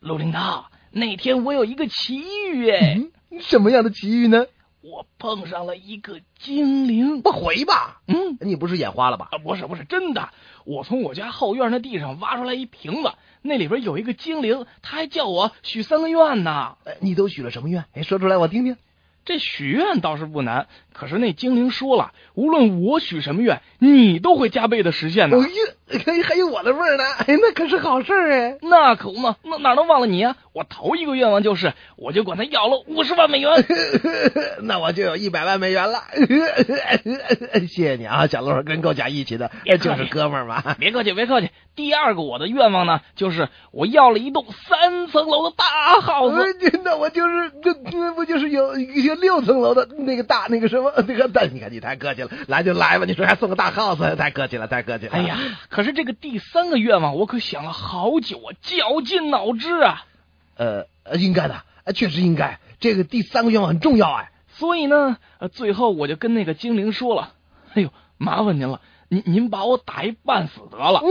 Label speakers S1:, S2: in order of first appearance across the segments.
S1: 陆林涛，那天我有一个奇遇哎，
S2: 嗯，什么样的奇遇呢？
S1: 我碰上了一个精灵。
S2: 不回吧？
S1: 嗯，
S2: 你不是眼花了吧？
S1: 啊，不是不是真的，我从我家后院那地上挖出来一瓶子，那里边有一个精灵，他还叫我许三个愿呢。
S2: 呃你都许了什么愿？哎，说出来我听听。
S1: 这许愿倒是不难，可是那精灵说了，无论我许什么愿，你都会加倍的实现
S2: 哎
S1: 的。
S2: 呦，嘿还有我的味儿呢，哎，那可是好事儿哎。
S1: 那可不嘛，那哪能忘了你啊！我头一个愿望就是，我就管他要了五十万美元。
S2: 那我就有一百万美元了， 谢谢你啊，小鹿跟狗讲义气的，
S1: 别客气
S2: 就是哥们儿嘛。
S1: 别客气，别客气。第二个我的愿望呢，就是我要了一栋三层楼的大耗子。
S2: 呃那我就是，那那不就是有一些六层楼的那个大那个什么那个大？你看你太客气了，来就来吧，你说还送个大耗子，太客气了，太客气了。
S1: 哎呀，，可是这个第三个愿望，我可想了好久啊，绞尽脑汁啊。
S2: 呃，呃应该的，呃确实应该，这个第三个愿望很重要哎。
S1: 所以呢，呃最后我就跟那个精灵说了：“哎呦，麻烦您了，您您把我打一半死得了。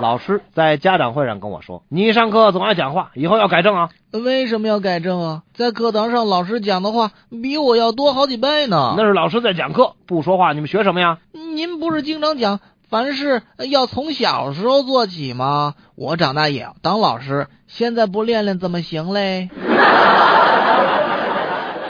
S3: 老师在家长会上跟我说，你上课总爱讲话，以后要改正啊。
S4: 为什么要改正啊？在课堂上老师讲的话比我要多好几倍呢。
S3: 那是老师在讲课，不说话，你们学什么呀？
S4: 您不是经常讲凡事要从小时候做起吗？我长大也要当老师，现在不练练怎么行嘞？